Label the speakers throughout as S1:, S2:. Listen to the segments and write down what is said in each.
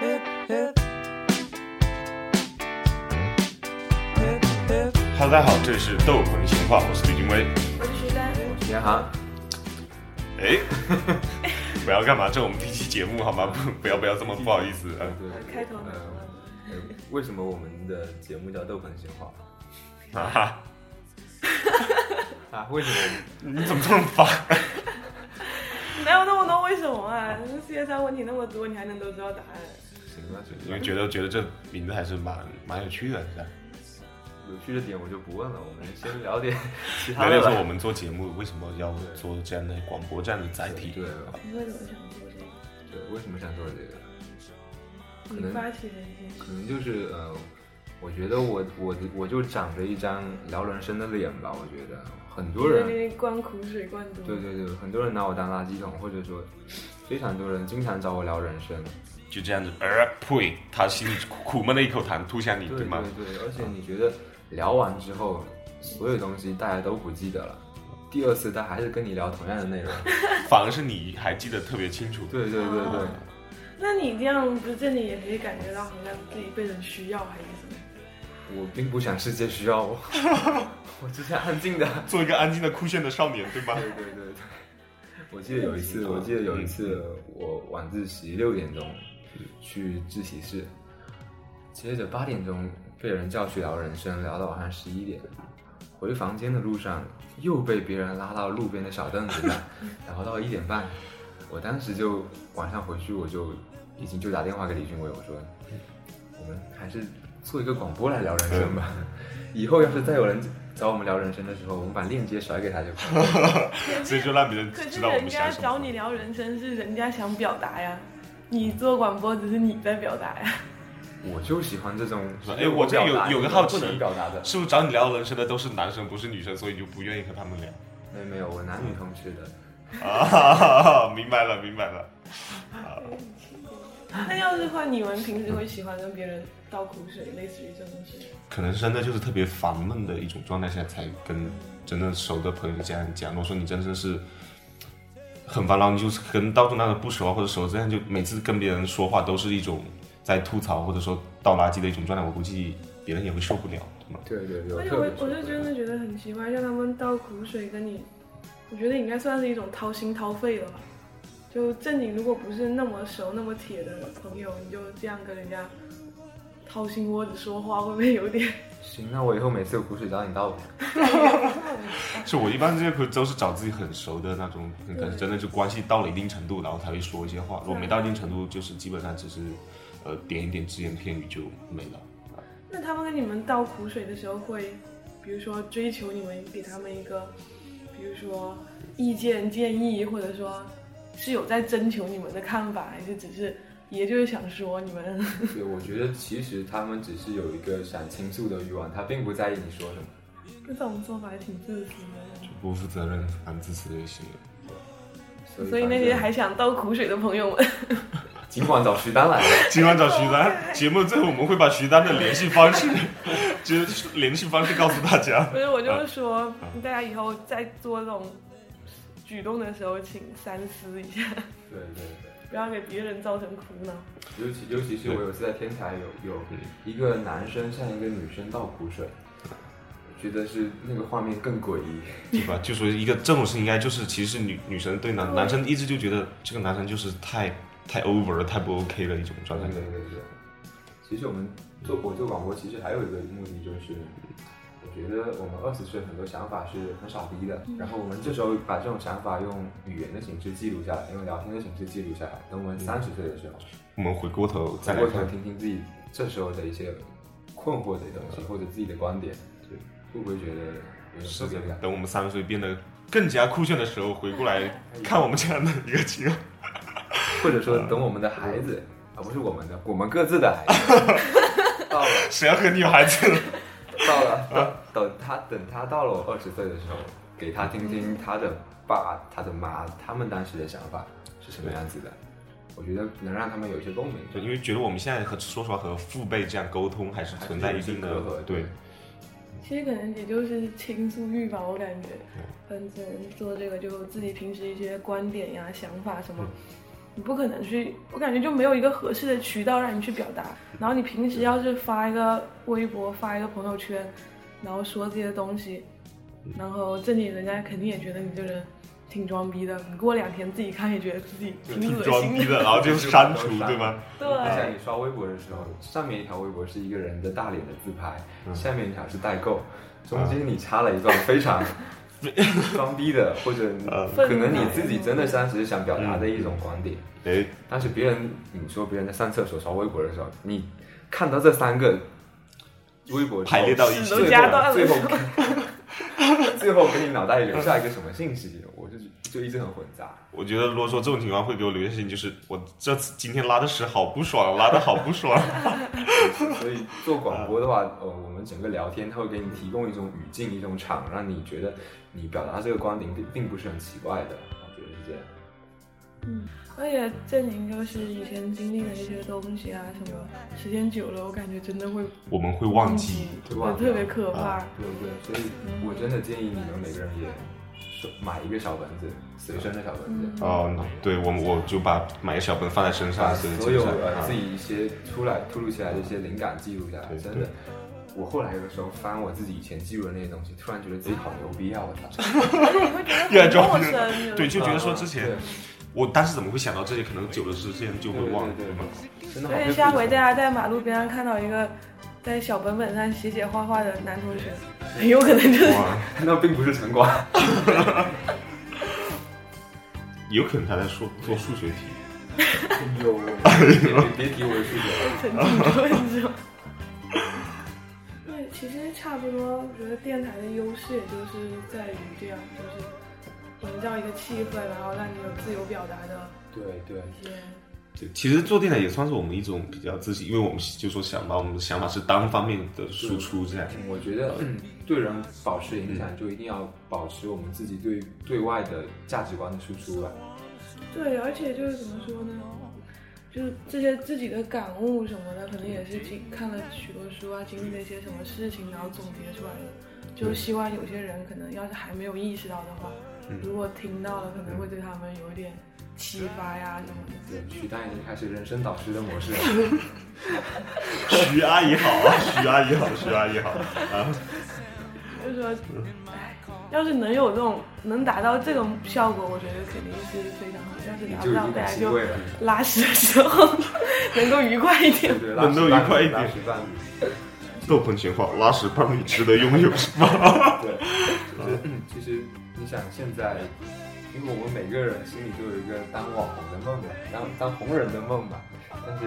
S1: hip, hip, hip,
S2: Hello，大家好，这里是斗篷情话，我是李金威。
S3: 银行，
S2: 哎， 不要干嘛？这是我们第一期节目好吗？ 不，不要不要这么不好意思啊！
S3: 对，
S4: 开头很
S3: 呃呃为什么我们的节目叫豆盆闲话
S2: 啊 哈，
S3: 啊？为什么
S2: 你怎么这么烦？
S4: 哪有那么多为什么啊？这世界上问题那么多，你还能都知道答案？
S3: 我们？行吧，
S2: 因
S3: 行
S2: 为
S3: 吧，
S2: 觉得觉得这名字还是蛮蛮有趣的，是吧
S3: 有趣的点我就不问了，我们先聊点其他
S2: 聊
S3: 的
S2: 聊
S3: 吧
S2: 说我们做节目为什么要做这样的广播站的载体？
S3: 对
S4: 你为什么想做这个？
S3: 对，为什么想做这个？可
S4: 你
S3: 能
S4: 发起人心，
S3: 可能就是呃，我觉得我我我就长着一张撩人生的脸吧，我觉得很多
S4: 你在
S3: 人
S4: 那里灌苦水灌多。
S3: 对对对，很多人拿我当垃圾桶，或者说非常多人经常找我聊人生。
S2: 就这样子，呃，呸，他心里苦苦闷的一口痰吐向你，
S3: 对
S2: 对吗？
S3: 对，而且你觉得聊完之后，所有东西大家都不记得了，第二次他还是跟你聊同样的内容。
S2: 反而是你还记得特别清楚。
S3: 对对对对，
S4: 那你这样不真的也可以感觉到好像自己被人需要还是什么？
S3: 我并不想世界需要我， 我只想安静的。
S2: 做一个安静的酷炫的少年，对吧？
S3: 对对对对， 我记得有一次，我记得有一次我晚自习六点钟去自习室，接着八点钟被人叫去聊人生，聊到晚上十一点。回房间的路上又被别人拉到路边的小凳子上，聊到一点半。我当时就晚上回去，我就已经就打电话给李俊伟，我说我们还是做一个广播来聊人生吧。以后要是再有人找我们聊人生的时候，我们把链接甩给他就可以了。
S2: 所以就让别人
S4: 可
S2: 知
S4: 是
S2: 道我
S4: 人
S2: 们
S4: 家
S2: 想什
S4: 找
S2: 么。
S4: 你聊人生是人家想表达呀，
S3: 嗯
S4: 你做广播只是你在表达呀。
S3: 我就喜欢这种，
S2: 哎我这有有个好奇
S3: 不能表达的，
S2: 是不是找你聊人生的都是男生，不是女生，所以就不愿意和他们聊？
S3: 没没有，我男女通吃的，
S2: 啊，明白了，明白了。
S3: 啊
S4: 那要是换你们，平时会喜欢跟别人倒苦水，类似于这种事。
S2: 可能真的就是特别烦闷的一种状态下，才跟真正熟的朋友这样讲。如果说你真的是很烦，然后你就是跟到处那个不熟啊，或者熟，这样就每次跟别人说话都是一种在吐槽或者说倒垃圾的一种状态，我估计别人也会受不了，对吗？
S3: 对对对，
S4: 而且
S3: 特
S4: 我
S3: 别
S4: 我就真的觉得很奇怪，像他们倒苦水跟你，我觉得应该算是一种掏心掏肺了吧。就正经，如果不是那么熟、那么铁的朋友，你就这样跟人家掏心窝子说话，会不会有点？
S3: 行，那我以后每次有苦水找你倒，
S2: 是我一般这些朋友都是找自己很熟的那种，可能真的就关系到了一定程度，然后才会说一些话。如果没到一定程度，就是基本上只是呃点一点只言片语就没了。
S4: 那他们跟你们倒苦水的时候会，比如说追求你们给他们一个，比如说意见建议，或者说是有在征求你们的看法，还是只是也就是想说你们？
S3: 对，我觉得其实他们只是有一个想倾诉的欲望，他并不在意你说什么。
S4: 这种做法还挺自私的。
S2: 就不负责任、蛮自私的就行了。
S3: 所以
S4: 所以那些还想倒苦水的朋友们，
S3: 尽管找徐丹来 了，
S2: 今晚找徐丹，节目最后我们会把徐丹的联系方式，就是联系方式告诉大 家。
S4: 不是我就是说，大家以后在做这种举动的时候，请三思一下，
S3: 对对
S4: 不要给别人造成苦恼。
S3: 对，尤其尤其是我有次在天台有有一个男生向一个女生倒苦水，我觉得是那个画面更诡异。
S2: 对吧？就说一个这种事，应该就是其实是女女生对男
S4: 对
S2: 男生一直就觉得这个男生就是太太 over 了，太不 OK 的一种状态
S3: 对。对对对。其实我们做我做广播，其实还有一个目的就是，我觉得我们二十岁很多想法是很傻逼的，然后我们这时候把这种想法用语言的形式记录下来，用聊天的形式记录下来。等我们三十岁的时候，
S2: 我们回过头嗯再
S3: 再
S2: 来
S3: 过头
S2: 看，
S3: 听听自己这时候的一些困惑的东西，或者自己的观点，
S2: 对，
S3: 会不会觉得有点
S2: 是
S3: 特
S2: 这样
S3: 别感？。
S2: 等我们三十岁变得更加酷炫的时候，回过来看我们这样的一个情况。
S3: 或者说，等我们的孩子啊，不是我们的，我们各自的孩 子哦到了。
S2: 谁要和你有孩子了？
S3: 到
S2: 啊
S3: 了，等等他等他到了我二十岁的时候，给他听听他的爸、他的妈他们当时的想法是什么样子的，我觉得能让他们有一些共鸣。
S2: 对，因为觉得我们现在和说实话和父辈这样沟通还是存在一定
S3: 还是
S2: 的
S3: 有一些隔阂
S2: 对，
S4: 其实可能也就是倾诉欲吧，我感觉，反正做这个就自己平时一些观点呀、想法什么，你不可能去，我感觉就没有一个合适的渠道让你去表达。然后你平时要是发一个微博，发一个朋友圈，然后说这些东西，然后这里人家肯定也觉得你这人挺装逼的。你过两天自己看也觉得自己
S2: 就
S4: 挺
S2: 挺
S4: 恶
S2: 装
S4: 心
S2: 逼的，然后就删 除，对吧？
S3: 就
S4: 对，
S3: 像你刷微博的时候，上面一条微博是一个人的大脸的自拍，
S2: 嗯
S3: 下面一条是代购，中间你插了一段 非常装逼的，或者
S2: 嗯
S3: 可能你自己真的当时是想表达的一种观点，
S2: 哎，
S3: 但是别人你说别人在上厕所刷微博的时候，你看到这三个微博之后
S2: 排列到一起
S3: 最后
S4: 都加断了
S3: 最后最后给你脑袋里留下一个什么信息，我就就一直很混杂。
S2: 我觉得如果说这种情况会给我留下信，就是我这次今天拉的屎好不爽，拉的好不爽。
S3: 所以做广播的话，呃，我们整个聊天，它会给你提供一种语境、一种场，让你觉得你表达这个观点并并不是很奇怪的。我觉得是这样。
S4: 而且正经就是以前经历的一些东西啊，什么时间久了，我感觉真的会嗯
S2: 我们会忘记，啊
S3: 对吧
S4: 特别可怕。
S3: 对对，所以我真的建议你们每个人也手买一个小本子，随身的小本子，
S4: 嗯
S2: 哦、对我我就把买个小本放在身
S3: 把
S2: 上，随
S3: 所
S2: 身
S3: 有
S2: 上
S3: 呃
S2: 啊
S3: 自己一些出来突如其来的一些灵感记录下来，
S2: 对
S3: 真
S2: 对
S3: 的。我后来有的时候翻我自己以前记录的那些东西，突然觉得自己好牛逼啊！我操，
S4: 而且你会觉得很陌生，有
S2: 嗯对， 就觉得说
S3: 啊
S2: 之前、
S3: 对
S2: 我当时怎么会想到这些，可能久了之前就会忘，嗯
S3: 对对
S2: 吧？
S3: 真的好啊
S4: 所
S3: 佩
S4: 以
S3: 服
S4: 下
S3: 你
S4: 回
S3: 们
S4: 大家在马路边上看到一个在小本本上写写画画的男同学，很有可能就是
S2: 哇，
S3: 那并不是晨光。
S2: 有可能他在说做数学题，
S3: 有，别别提我的数学了。
S4: 曾经的问题。 对，其实差不多。我觉得电台的优势也就是在于这样，就是营造一个气氛，然后让你有自由表达的
S3: 对对，
S4: 一些。
S2: 对，其实做电台也算是我们一种比较自己，因为我们就说想把我们的想法是单方面的输出这样。
S3: 我觉得嗯对人保持影
S2: 嗯
S3: 响，就一定要保持我们自己对对外的价值观的输出吧。
S4: 对，而且就是怎么说呢，就是这些自己的感悟什么的，可能也是经看了许多书啊，经历了一些什么事情，然后总结出来的。就希望有些人可能要是还没有意识到的话，
S3: 嗯
S4: 如果听到了，可能会对他们有一点启发呀什么的。
S3: 对，徐丹已经开始人生导师的模式了。
S2: 徐阿姨好啊，徐阿姨好，徐阿姨好啊！
S4: 就是说，
S3: 嗯
S4: 哎，要是能有这种能达到这种效果，我觉得肯定是非常好。要是
S3: 你
S4: 达不
S3: 就已
S4: 到，
S3: 经
S4: 大
S3: 很
S4: 家
S3: 欣
S4: 就
S3: 慰了，
S4: 拉屎的时候 能够愉快一点
S3: 对。 对，
S2: 能够愉快一点
S3: 拉屎伴侣
S2: 斗篷情话，拉屎伴侣值得拥有是吗？
S3: 对，就是嗯其实你想现在，因为我们每个人心里都有一个当网红的梦吧，当当红人的梦吧，但是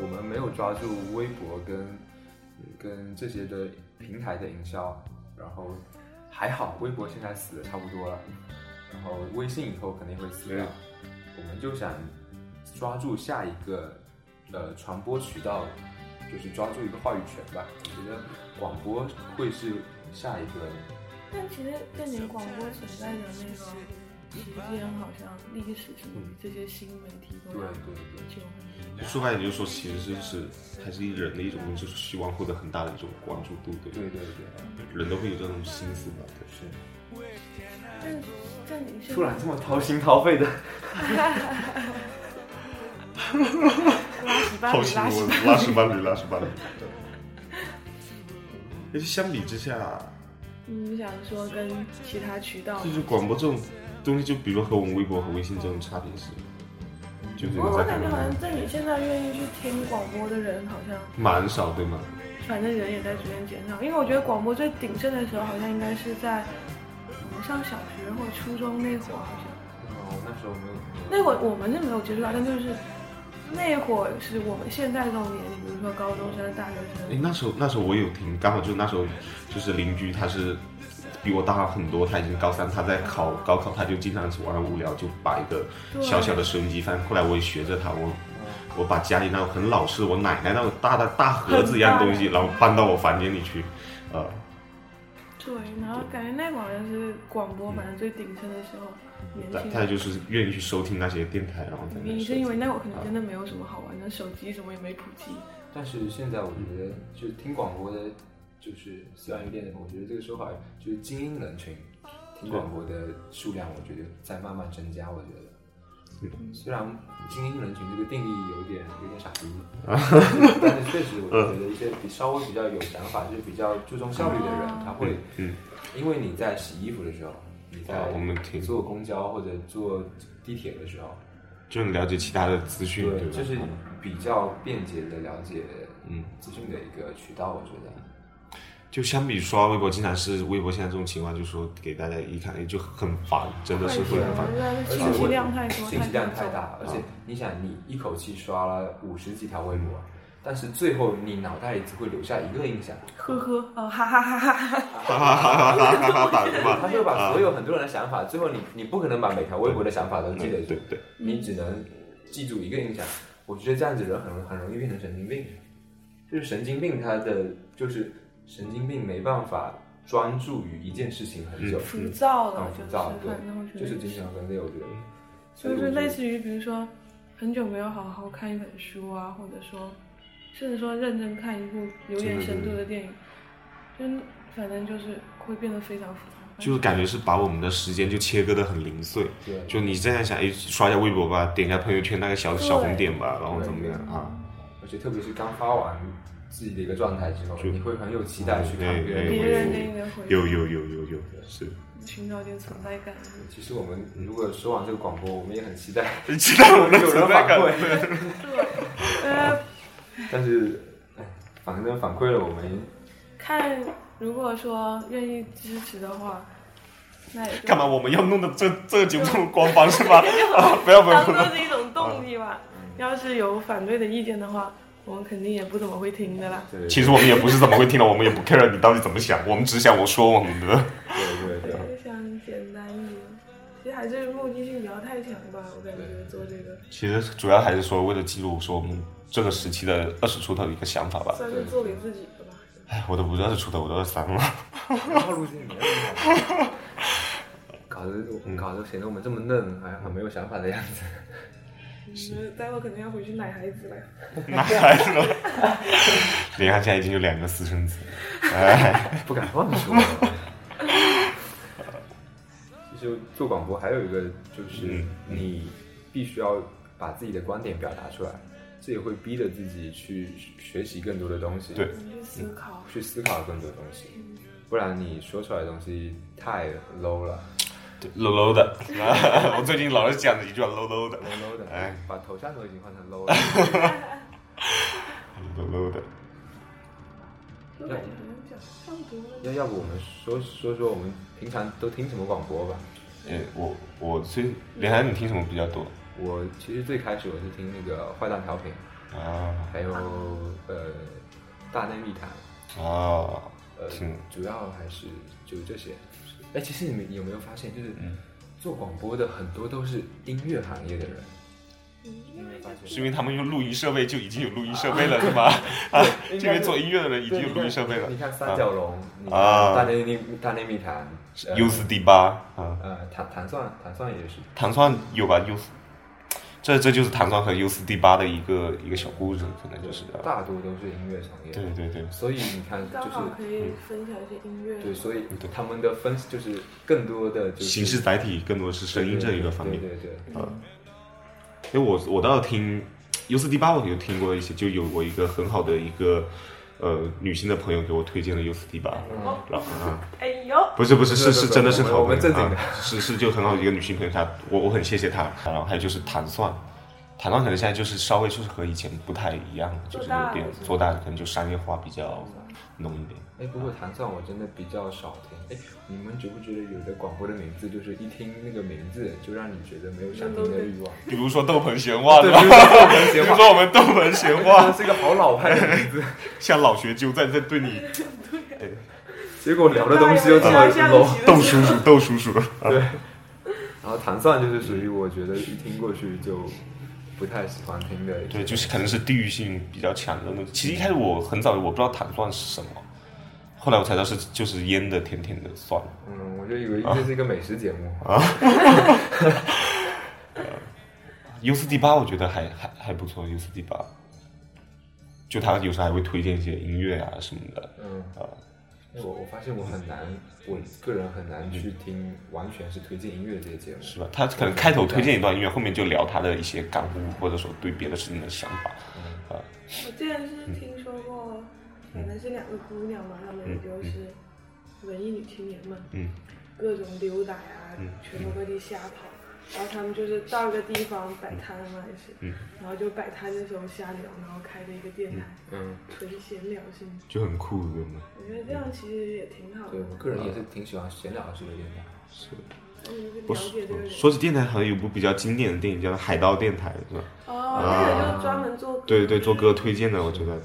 S3: 我们没有抓住微博跟跟这些的平台的营销，然后还好微博现在死的差不多了，然后微信以后肯定会死掉，我们就想抓住下一个呃传播渠道，就是抓住一个话语权吧。我觉得广播会是下一个
S4: 但其实电影广播存在的那个时间，好像历史什么这些新媒体都
S3: 对
S4: 要
S3: 对对，
S4: 久。
S2: 说白了就是说，其实就是还是人的一种，就是希望获得很大的一种关注度，对吧？
S3: 对对对，
S2: 人都会有这种心思吧？对
S3: 是。
S4: 但但你是
S3: 突然这么掏心掏肺的，
S4: 拉屎吧，
S2: 好心
S4: 拉屎吧。
S2: 我拉屎伴侣，拉屎伴侣。 而且相比之下，
S4: 嗯，想说跟其他渠道，
S2: 就是广播这种东西，就比如说和我们微博和微信这种差别是，就是
S3: 哦
S4: 我我
S2: 在可
S4: 感觉好
S2: 能
S4: 像在你现在愿意去听广播的人，好像
S2: 蛮少，对吗？
S4: 反正人也在逐渐减少，因为我觉得广播最鼎盛的时候，好像应该是在我上小学或者初中那会儿，好像
S3: 哦，那时候没有。
S4: 那会儿我们是没有接触到，但就是那会儿是我们现在这种年龄，比如说高中生、大学
S2: 哎，
S4: 生，
S2: 那时候那时候我有听，刚好就那时候就是邻居，他是比我大很多，他已经高三，他在考高考，他就经常玩无聊就把一个
S4: 对
S2: 小小的收音机放。后来我也学着他，我我把家里那种很老式，我奶奶那种大的大盒子一样的东西，然后搬到我房间里去，呃，
S4: 对，然后感觉那会儿好像是广
S3: 嗯
S4: 播反正最鼎盛的时候，年
S2: 他
S4: 轻
S2: 他
S4: 人。
S2: 就是愿意去收听那些电台，然后在那
S4: 你是
S2: 收
S4: 因为
S2: 听
S4: 那会儿可
S3: 啊
S4: 能真的没有什么好玩的，手机什么也没普及，
S3: 但是现在我觉得，就是听广播的，就是虽然有点，我觉得这个说法就是精英人群听广播的数量，我觉得在慢慢增加。我觉得虽然精英人群这个定义有点有点傻逼，但是确实我觉得一些比稍微比较有想法，就是比较注重效率的人，他会
S2: 嗯，
S3: 因为你在洗衣服的时候，你在
S2: 啊我们挺
S3: 坐公交或者坐地铁的时候，
S2: 就了解其他的资讯，对
S3: 对，
S2: 吧？
S3: 这是比较便捷的了解
S2: 嗯，
S3: 资讯的一个渠道，我觉得。
S2: 就相比刷微博，经常是微博现在这种情况，就说给大家一看哎就很烦，真的是会很烦。
S4: 烦
S3: 而且
S4: 信息
S3: 我
S4: 量太多，嗯
S3: 信息量太
S4: 重
S3: 大，而且你想，你一口气刷了五十几条微博，
S2: 嗯
S3: 但是最后你脑袋里只会留下一个印 象，
S4: 呵呵，呃，哈哈哈哈哈哈，
S2: 哈哈哈哈哈哈打是
S3: 他
S2: 吧？
S3: 会把所有很多人的想法，最后你你不可能把每条微博的想法都记得
S2: 对
S3: 住
S2: 对，对，
S3: 你只能记住一个印象。我觉得这样子人很很容易变成神经病，就是神经病他的就是神经病没办法专注于一件事情很久，
S2: 嗯
S4: 浮躁
S3: 很
S4: 了，
S3: 嗯啊
S4: 就
S3: 浮
S4: 是
S3: 躁，
S4: 反正我
S3: 对，
S4: 觉
S3: 就
S4: 得
S3: 是经常分裂，我觉得。所以
S4: 就
S3: 我觉
S4: 是
S3: 得
S4: 类似于比如说很久没有好好看一本书啊，或者说甚至说认真看一部有点深度的电影，就反正就是会变得非常浮躁。
S2: 就是感觉是把我们的时间就切割的很零碎。
S3: 对
S2: 就你这样想，哎，刷一下微博吧，点一下朋友圈那个小
S4: 对
S2: 小红点吧，然后怎么样啊？
S3: 而且特别是刚发完自己的一个状态之后，
S2: 就
S3: 你会很有期待去看
S2: 嗯对
S3: 别人
S4: 别
S3: 的
S4: 人
S3: 回
S4: 给
S3: 复。
S4: 你的回
S2: 有有有有有，是。
S4: 寻找点存在感，
S3: 其实我们如果说完这个广播，我们也很期待
S2: 期待我们的
S3: 有人
S2: 存在
S3: 反
S2: 感。
S3: 馈，
S4: 呃，
S3: 但是哎反正反馈了我们，
S4: 看如果说愿意支持的话，那也就
S2: 干嘛？我们要弄得这这个节目这么官方是吧？啊，不要不要
S4: 当
S2: 不
S4: 做
S2: 啊要！
S4: 是一种动力吧。要是有反对的意见的话，我们肯定也不怎么会听的啦。
S3: 对
S2: 其实我们也不是怎么会听的，我们也不 care 你到底怎么想，我们只想我说我们的。
S3: 对对对，
S2: 啊
S4: 就想简单一点，其实还是目的性不要太强吧，我感觉做这个
S2: 其实主要还是说为了记录说我们这个时期的二十出头的一个想法吧。
S4: 算是做给自己的吧。
S2: 哎，我都不是二十出头，我都二十三了。
S3: 然后录进你的电台，搞得搞得显得我们这么嫩，还很没有想法的样 子。
S4: 是，嗯待会儿可能要回去奶孩子了。
S2: 哪来 的？林汉现在已经有两个私生子，哎，
S3: 不敢乱说。其实做广播还有一个就是
S2: 嗯嗯
S3: 你必须要把自己的观点表达出来，这也会逼着自己去学习更多的东西，
S2: 对
S4: 我们去
S2: 嗯
S4: 思考，
S3: 去思考更多的东西，不然你说出来的东西太 low 了
S2: ，low low 的。啊我最近老是讲的一句话，low low 的
S3: ，low low 的
S2: 哎，
S3: 把头像都已经换成 low 了。
S2: ，low low 的。
S4: 都感觉好像讲差不多了。
S3: 要要不我们说说说我们平常都听什么广播吧？
S2: 呃，我我最林涵，你听什么比较多？
S3: 我其实最开始我是听那个坏蛋调频，
S2: 啊
S3: 还有呃大内密谈。
S2: 啊，
S3: 呃
S2: 挺，
S3: 主要还是就这些。哎，其实你们有没有发现，就是
S2: 嗯
S3: 做广播的很多都是音乐行业的人，
S4: 嗯
S2: 是因为他们用录音设备就已经有录音设备了，是吗？啊，这边做音乐的人已经有录音设备了
S3: 你看三角龙，你看
S2: 啊
S3: 大内密大内密谈，呃
S2: ，U 四 D 八啊，
S3: 呃弹弹算弹算也是，
S2: 糖蒜有吧？U 四，这这就是糖蒜和 U 四 D 八的一个一个小故事，可能就是啊，
S3: 大多都是音乐行业。
S2: 对，对对，
S3: 所以你看就
S4: 刚好
S3: 是
S4: 可以分享一些音乐。
S3: 对，所以
S2: 嗯对
S3: 他们的分就是更多的就是
S2: 形式载体更多是声音这一个方面。
S3: 对对对，
S2: 因为我我倒听 U 四 D 八，我有听过一些，就有过一个很好的一个呃女性的朋友给我推荐了 U 四 D 八，
S4: 哦
S2: 然后啊。
S4: 哎呦，
S2: 不是不是是
S3: 不是
S2: 是
S3: 不是
S2: 真的是
S3: 我们
S2: 好
S3: 我们
S2: 朋友
S3: 正经的
S2: 啊是是就很好的一个女性朋友，她我我很谢谢她。然后还有就是糖蒜，糖蒜可能现在就是稍微就是和以前不太一样，就是
S4: 做大
S2: 有
S4: 了
S2: 点
S4: 是吧
S2: 做大，可能就商业化比较浓一点。
S3: 哎，不过弹算我真的比较少听。哎，你们觉不觉得有的广播的名字就是一听那个名字就让你觉得没有想听的欲望？
S2: 比如说豆盆闲话，
S3: 哦对，
S2: 吧？
S3: 就是我们
S2: 比
S3: 闲
S2: 如
S3: 话，
S2: 说我们豆盆闲
S3: 哇，
S2: 话，
S3: 是一个好老派的名字，
S2: 像老学究在在对你
S3: 结果聊的东西又这么 low。
S2: 豆叔叔豆叔 叔，
S3: 对，然后弹算就是属于我觉得一听过去就不太喜欢听的。
S2: 对，就是可能是地域性比较强的那种。其实一开始我很早我不知道糖蒜是什么，后来我才知道是就是腌的甜甜的蒜。
S3: 嗯，我就以为这是一个美食节目。
S2: U 四 D 八我觉得还还还不错，U 四 D 八，就他有时候还会推荐一些音乐啊什么的，
S3: 嗯，我我发现我很难，我个人很难去听完全是推荐音乐的这些节目。
S2: 是吧？他可能开头推荐一段音乐，后面就聊他的一些感悟，或者说对别的事情的想法。
S3: 嗯
S4: 我之前是听说过，反正是两个姑娘嘛，她们就是
S3: 嗯
S4: 文艺女青年嘛，
S2: 嗯，
S4: 各种溜达呀、
S3: 嗯
S4: 全国各地瞎跑。然后她们就是到一个地方摆摊嘛，也是，
S2: 嗯
S4: 然后就摆摊的时候瞎聊，然后开了一个电台，
S3: 嗯，
S4: 纯闲聊性质。
S2: 就很酷，对吗？
S4: 我觉得这样其实也挺好的
S3: 对，我个人也是挺喜欢闲聊式的电台。
S4: 那你就
S2: 不
S4: 了
S2: 是
S4: 解这个人。
S2: 说起电台，好像有部比较经典的电影叫《海盗电台》，是吧？
S4: 哦，那个
S3: 啊
S4: 就是专门做歌
S2: 对对对，做歌推荐的，我觉得。呃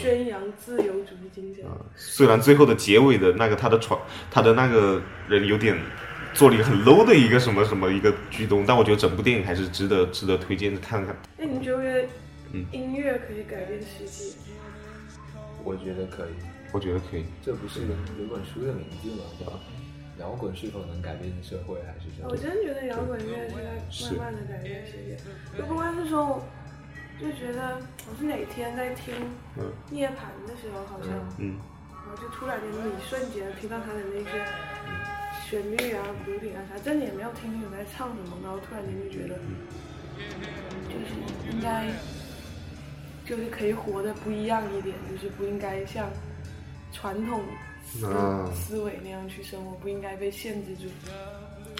S4: 宣扬自由主义精神。
S3: 啊
S2: 虽然最后的结尾的那个他的床，他的那个人有点做了一个很 low 的一个什么什么一个举动，但我觉得整部电影还是值得值得推荐看看。
S4: 那你觉得音乐可以改变世界？
S3: 我觉得可以，
S2: 我觉得可以。
S3: 这不是有本书的名字吗？叫《摇滚是否能改变社会》还是什
S4: 哦
S3: 么
S4: 我？真觉得摇滚乐是在慢慢的改变世界。就不光是说，我就觉得我是哪天在听
S2: 嗯
S4: 涅槃的时候，好像，
S2: 嗯
S4: 然后就突然间你瞬间听到他的那些旋律啊、鼓点啊啥，真的也没有听清楚在唱什么，然后突然间就觉得，嗯就是应该，就是可以活得不一样一点，就是不应该像传统
S2: 啊
S4: 思维那样去生活，不应该被限制住。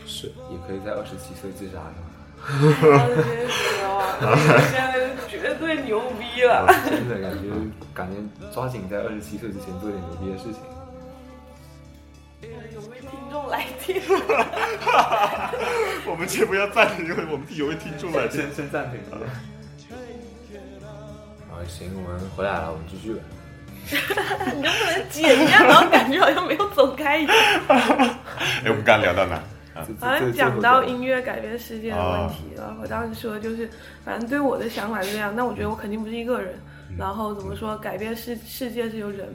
S2: 是
S3: 也可以在二十七岁自杀的吗？
S4: 然后就觉得哇，现在绝对牛逼了。
S3: 真的感觉感觉抓紧在二十七岁之前做点牛逼的事情。
S4: 有位听众来电，
S2: 我们节目要暂停，因为我们有位听众来电。
S3: 先暂停 一下。啊，行，我们回来了，我们继续吧。
S4: 你能不能剪一下？然后感觉好像没有走开一样。
S2: 哎，我们刚刚聊到哪？啊，
S3: 这这
S4: 好像
S3: 这
S4: 讲到音乐改变世界的问题了。我当时说就是，反正对我的想法是这样。那我觉得我肯定不是一个人。然后怎么说，改变世世界是由人，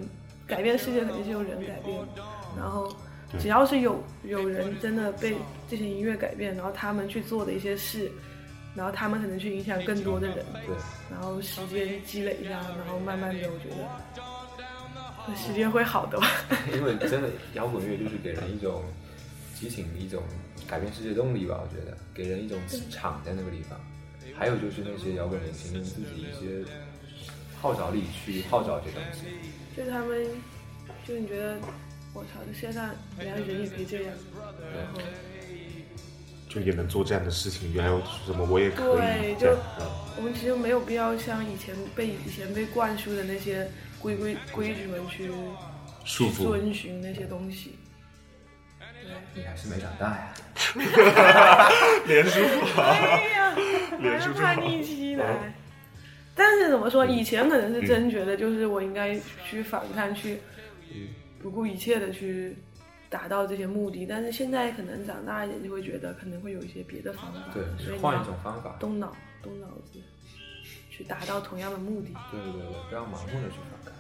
S4: 改变世界肯定是由人改变的。然后只要是有有人真的被这些音乐改变，然后他们去做的一些事，然后他们可能去影响更多的人，
S3: 对，
S4: 然后时间积累一下，然后慢慢的，我觉得这世界会好的吧。
S3: 因为真的摇滚乐就是给人一种激情，一种改变世界动力吧。我觉得给人一种气场在那个地方。还有就是那些摇滚人形容自己一些号召力去号召这东西。
S4: 就他们，就你觉得，我操，这世界上原来人也可以这样。
S3: 对，
S2: 就也能做这样的事情，原来我什么我也可以
S4: 对，
S2: 这
S4: 就
S2: 样。啊
S4: 我们其实没有必要像以前被以前被灌输的那些规规规矩们去
S2: 束
S4: 去
S2: 缚。
S4: 遵循那些东 西。
S3: 你还是没长大呀。
S2: 连束
S3: 啊
S2: 缚。
S4: 哎 呀，
S2: 脸
S4: 还
S2: 书
S4: 要
S2: 这么好
S4: 叛逆期来。但是怎么
S3: 嗯
S4: 说，以前可能是真觉得，就是我应该去反抗，去
S3: 嗯
S4: 不顾一切的去达到这些目的。但是现在可能长大一点，就会觉得可能会有一些别的方法，
S3: 对，
S4: 所以你
S3: 换
S4: 要
S3: 一种方法。
S4: 动脑动脑子去达到同样的目的。
S3: 对对对，不要盲目的去反抗。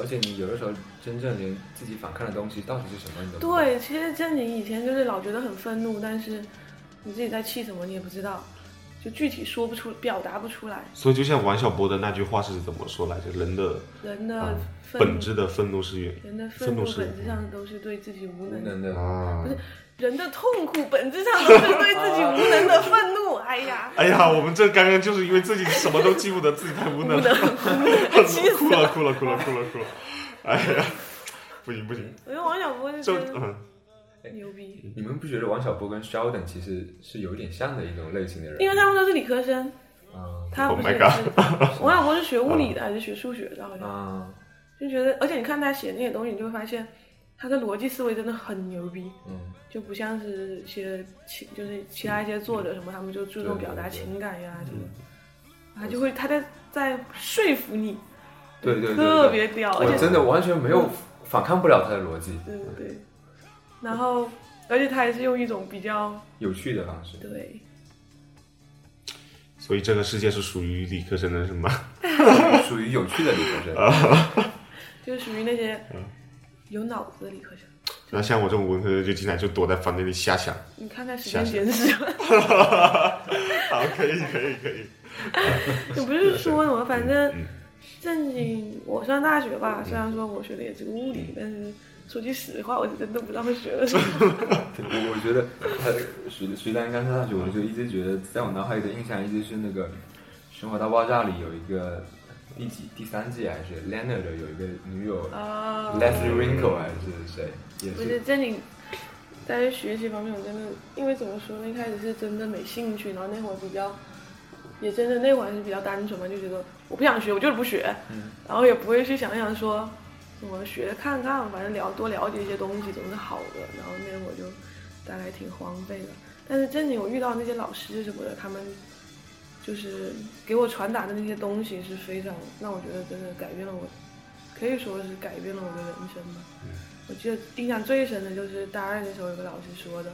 S3: 而且你有的时候真正连自己反抗的东西到底是什么，你都不知道
S4: 对，其实像你以前就是老觉得很愤怒，但是你自己在气什么你也不知道，就具体说不出，表达不出来。
S2: 所以就像王小波的那句话是怎么说来着？人的
S4: 人的愤怒
S2: 啊本质的愤怒是源
S4: 人的
S2: 愤
S4: 愤怒
S2: 是
S4: 本质上都是对自己无
S3: 无
S4: 能，
S3: 能的。
S2: 啊。
S4: 人的痛苦本质上都是对自己无能的愤怒。哎呀，
S2: 哎呀，我们这刚刚就是因为自己什么都 记不得，自己太无能了，哭了哭了哭了哭了哭了，哎呀，不行不行，
S4: 我觉得王小波就
S2: 就
S4: 真的
S2: 嗯，
S4: 牛逼，
S3: 你们不觉得王小波跟 Sheldon 其实是有一点像的一种类型的人？
S4: 因为他们都是理科生，
S3: 嗯
S4: 他
S2: Oh
S4: 不是
S2: my 啊
S4: 也是。王小波是学物理 的还是学数学的？好像
S3: 啊，
S4: 就觉得，而且你看他写那些东西，你就会发现他的逻辑思维真的很牛逼，
S3: 嗯，
S4: 就不像是一些其就是其他一些作者什么，他们就注重表达情感呀
S3: 嗯
S4: 什么，他就会他在在说服你，
S3: 对对对对
S4: 特别屌，而
S3: 我
S4: 且
S3: 真的完全没有反抗不了他的逻辑，
S4: 对对对，然后而且他也是用一种比较
S3: 有趣的方式。
S4: 对，
S2: 所以这个世界是属于理科生的是吗？
S3: 属于有趣的理科生，
S4: 就是属于那些
S3: 嗯
S4: 有脑子的理科生。
S2: 那像我这种文科生就经常就躲在房间里瞎想。
S4: 你看看《时间简史》，
S2: 好，可以可以可以，
S4: 就不是说什么，反正正经我上大学吧，虽然说我学的也是个物理，但是说句实话，我是真的不知道学了什么。
S3: 对我我觉得他徐徐丹刚上大学，我就一直觉得，在我脑海里的印象一直是那个《生活大爆炸》里有一个第几第三季还是 Leonard 有一个女友
S4: 啊，
S3: Leslie Winkle 还是谁，也
S4: 不是
S3: 是
S4: 正经，在学习方面，我真的，因为怎么说呢，一开始是真的没兴趣，然后那会儿比较，也真的那会儿还是比较单纯嘛，就觉得我不想学，我就是不学，
S3: 嗯
S4: 然后也不会去想想说嗯我们学看看，反正了多了解一些东西总是好的。然后那会儿就大概挺荒废的，但是正经我遇到那些老师什么的，他们就是给我传达的那些东西是非常让我觉得真的改变了我，可以说是改变了我的人生吧。我记得印象最深的就是大二的时候有个老师说的，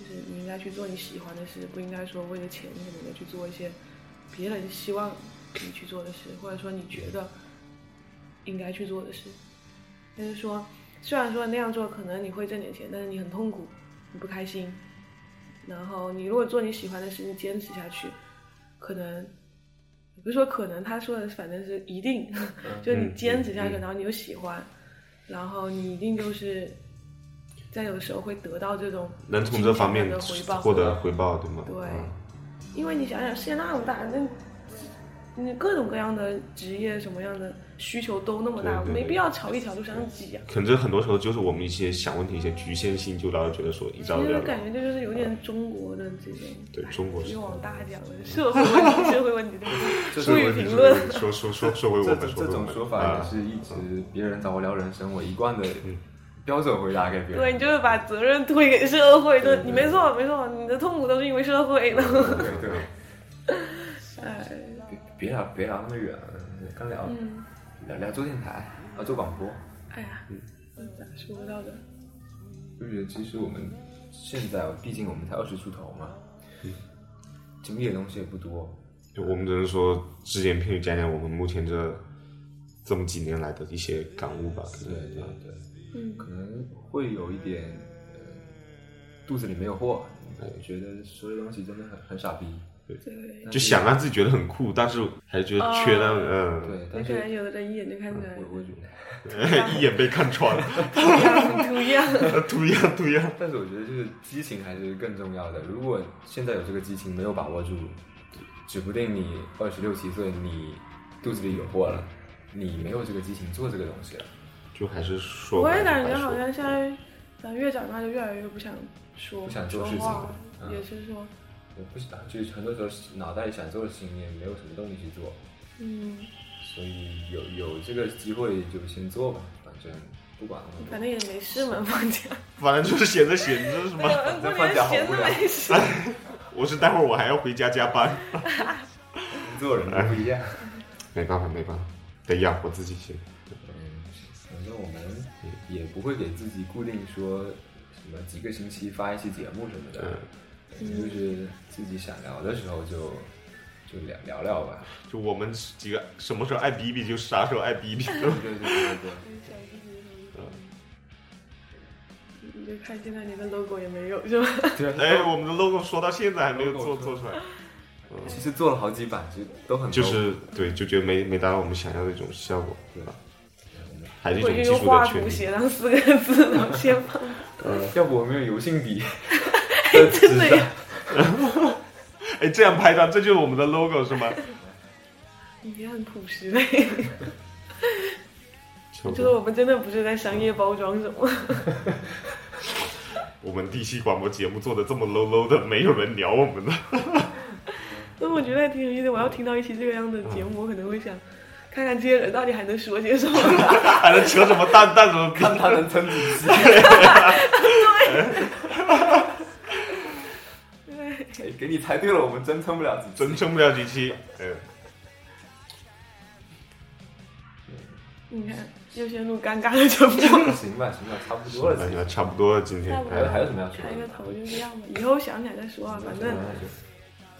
S4: 就是你应该去做你喜欢的事，不应该说为了钱什么的去做一些别人希望你去做的事，或者说你觉得应该去做的事。就是说，虽然说那样做可能你会挣点钱，但是你很痛苦，你不开心。然后你如果做你喜欢的事，你坚持下去，可能不是说可能，他说的反正是一定， 就是你坚持下去，
S2: 嗯嗯嗯
S4: 然后你又喜欢，然后你一定就是在有时候会得到这种
S2: 能从这方面
S4: 的回报，
S2: 获得回报，对吗？
S4: 对
S2: 嗯
S4: 因为你想想，世界那么大，那你各种各样的职业、什么样的需求都那么大，
S2: 对对对
S4: 没必要朝一条路上挤啊。
S2: 可能这很多时候就是我们一些想问题一些局限性，就老是觉得说一
S4: 其
S2: 招这
S4: 实
S2: 样。
S4: 感觉这就是有点中国的这种，
S2: 对
S4: 哎
S2: 中国
S4: 又
S2: 式
S4: 往大讲了，社会问题，社会问题，对不
S3: 这
S4: 对？
S3: 是
S4: 不
S3: 我
S4: 予
S3: 的
S4: 评论。
S2: 说说说说回我
S3: 这
S2: 们，
S3: 这种说法也
S2: 啊，
S3: 是一直别人找我聊人生，我一贯的标准回答给别人。
S4: 对，你 就是把责任推给社会，
S3: 对
S4: 就
S3: 对
S4: 你没错，没错，你的痛苦都是因为社会了。
S3: 对对，
S4: 哎，
S3: 别别聊别聊那么远，刚聊
S4: 嗯，
S3: 聊聊做电台啊，做广播，
S4: 哎呀，
S2: 嗯
S4: 咋说到的？
S3: 就觉得其实我们现在，毕竟我们才二十出头嘛，经历的东西也不多。
S2: 就我们只能说只言片语讲讲我们目前这这么几年来的一些感悟吧。可能啊
S3: 对，
S4: 嗯
S3: 可能会有一点，呃，肚子里没有货，觉得所有东西真的很很傻逼。
S4: 对，
S2: 就想啊让自己觉得很酷，但是还是觉得缺那嗯，
S3: 对，
S4: 那
S3: 但
S4: 可能
S3: 是
S4: 有的人一眼就看出来
S3: 我我觉得，
S2: 呃 一眼被看穿，
S4: 哎很 土样。
S2: 突一样突一样。
S3: 但是我觉得就是激情还是更重要的。如果现在有这个激情没有把握住，指不定你二十六七岁，你肚子里有货了，你没有这个激情做这个东西了。
S2: 就还是说
S4: 我
S2: 白
S4: 也
S2: 了，
S4: 感
S2: 还
S4: 觉
S2: 是
S4: 好
S2: 说
S4: 像现在，咱越长大就越来越不想说
S3: 不想
S4: 说
S3: 做事情
S4: 话
S3: 了嗯
S4: 也是说，
S3: 也不想，就是很多时候脑袋里想做的事情也没有什么动力去做，
S4: 嗯，
S3: 所以有有这个机会就先做吧，反正不管了。
S4: 反正也没事嘛，放 假，
S2: 反正就是闲着闲着是吗？
S4: 我
S3: 正放
S4: 连
S3: 假好
S4: 闲
S3: 无
S4: 都
S3: 聊
S4: 没事。
S2: 我是待会儿我还要回家加班，
S3: 做人都不一样。
S2: 没办法没办法，得养活自己先。
S3: 嗯，反正我们也不会给自己固定说什么几个星期发一期节目什么
S2: 嗯
S3: 的，就是自己想聊的时候就就聊聊聊吧。
S2: 就我们几个什么时候爱逼逼就啥时候爱逼逼。
S3: 对对对对对，
S4: 你嗯就看现在连个 logo 也没有是吧？
S2: 哎，我们的 logo 说到现在还没有做
S3: logo
S2: 做出来，
S3: 其实做了好几版，就都很
S2: 就是对，就觉得没没达到我们想要的一种效果，对吧？还是一
S4: 回去
S2: 种技
S4: 用
S2: 术的
S4: 画
S2: 权
S4: 图
S2: 利。
S4: 写上四个字，然后先放。
S2: 呃
S3: 要不我们有油性笔，
S4: 真的呀，
S2: 哎，这样拍张，这就是我们的 logo 是吗？
S4: 你别很朴实 嘞。我觉得我们真的不是在商业包装什么，
S2: 我们第一期广播节目做的这么 low low 的，没有人聊我们的。
S4: 那我觉得还挺有意思。我要听到一期这个样的节
S3: 嗯
S4: 目，我可能会想，看看这些人到底还能说些什么。
S2: 还能扯什么蛋蛋什么
S3: 看
S2: 看？
S3: 他能撑几期。
S4: 对，
S3: 哎给你猜对了，我们真撑不了几期。
S2: 真撑不了几期。嗯，
S4: 你看，又陷入尴尬的沉默。
S3: 行吧，行吧，差不多了。
S2: 行了，差不多了，今天
S4: 差不多
S3: 还有还
S2: 哎
S3: 有什么要说
S4: 开个
S3: 的？
S4: 头就这样吧，以后想起来再说啊，反正
S3: 对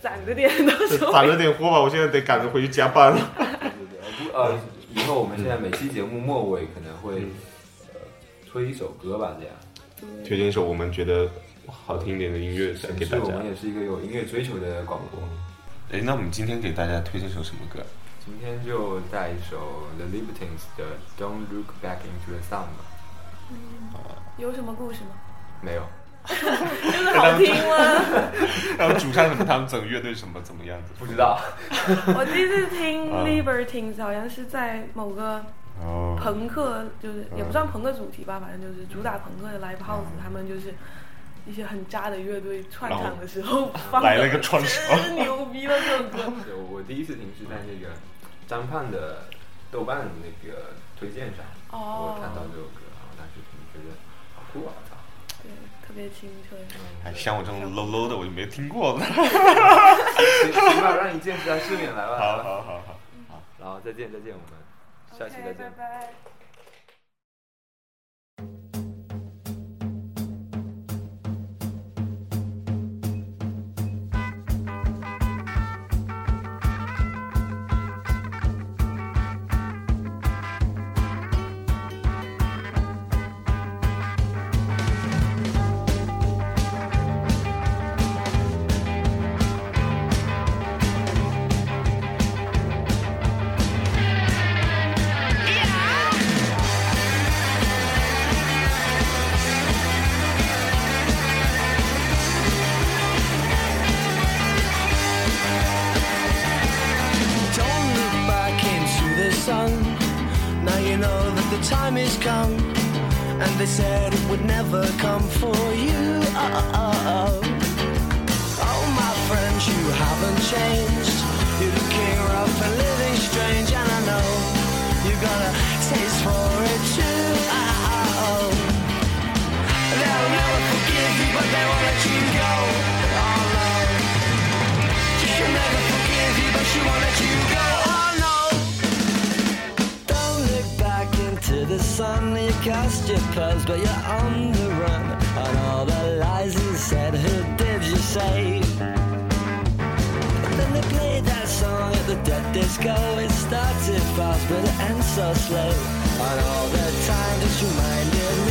S4: 攒着点，到 时候
S2: 攒着点货吧，我现在得赶着回去加班了。
S3: 对对，呃不呃，以后我们现在每期节目末尾可能会呃推一首歌吧，这样。
S2: 推荐一首我们觉得好听一点的音乐再给
S3: 其
S2: 大
S3: 实我
S2: 家
S3: 们。也是一个有音乐追求的广播。
S2: 哎，那我们今天给大家推荐首什么歌？
S3: 今今天就带一首 The Libertines 的《Don't Look Back into the Sun》吧。
S4: 有什么故事吗？
S3: 没有，
S4: 真的好听吗？
S2: 然后主唱什么，他们整个乐队什么怎么样子？
S3: 不知道。
S4: 我第一次听
S2: 啊
S4: Libertines 好像是在某个
S2: 哦，
S4: 朋克，就是也
S2: 嗯
S4: 不算朋克主题吧，反正就是主打朋克的 live house，他们就是一些很渣的乐队串场的时候放的
S2: 来了一个串烧
S4: 真牛逼了这首歌。
S3: 对我第一次听是在那个张盼的豆瓣那个推荐上，
S4: 哦
S3: 我看到这首歌，然后当时就觉得好酷啊！操
S4: 对，特别青春。
S2: 哎，像我这种 low low 的，我就没听过。
S3: 行行吧，让你见识下世面来吧。
S2: 好
S3: 来吧
S2: 好好好。
S3: 然后再见，再见，我们下期再见。
S4: 拜。
S5: Don't look back into the sun. Now you know that the time has come. And they said it would never come for you. Oh, oh, oh, oh. Oh, my friends, you haven't changed. You're looking rough and living strange. And I know you got a taste for it too. Oh, oh, oh. They'll never forgive you, but they won't let you go. Oh, no. She'll never forgive you, but she won't let you go. Oh no! Don't look back into the sun. You cast your pearls, but you're on the run. On all the lies you said, who did you say? And then they played that song at the dead disco. It started fast, but it ends so slow. On all the time that you minded me.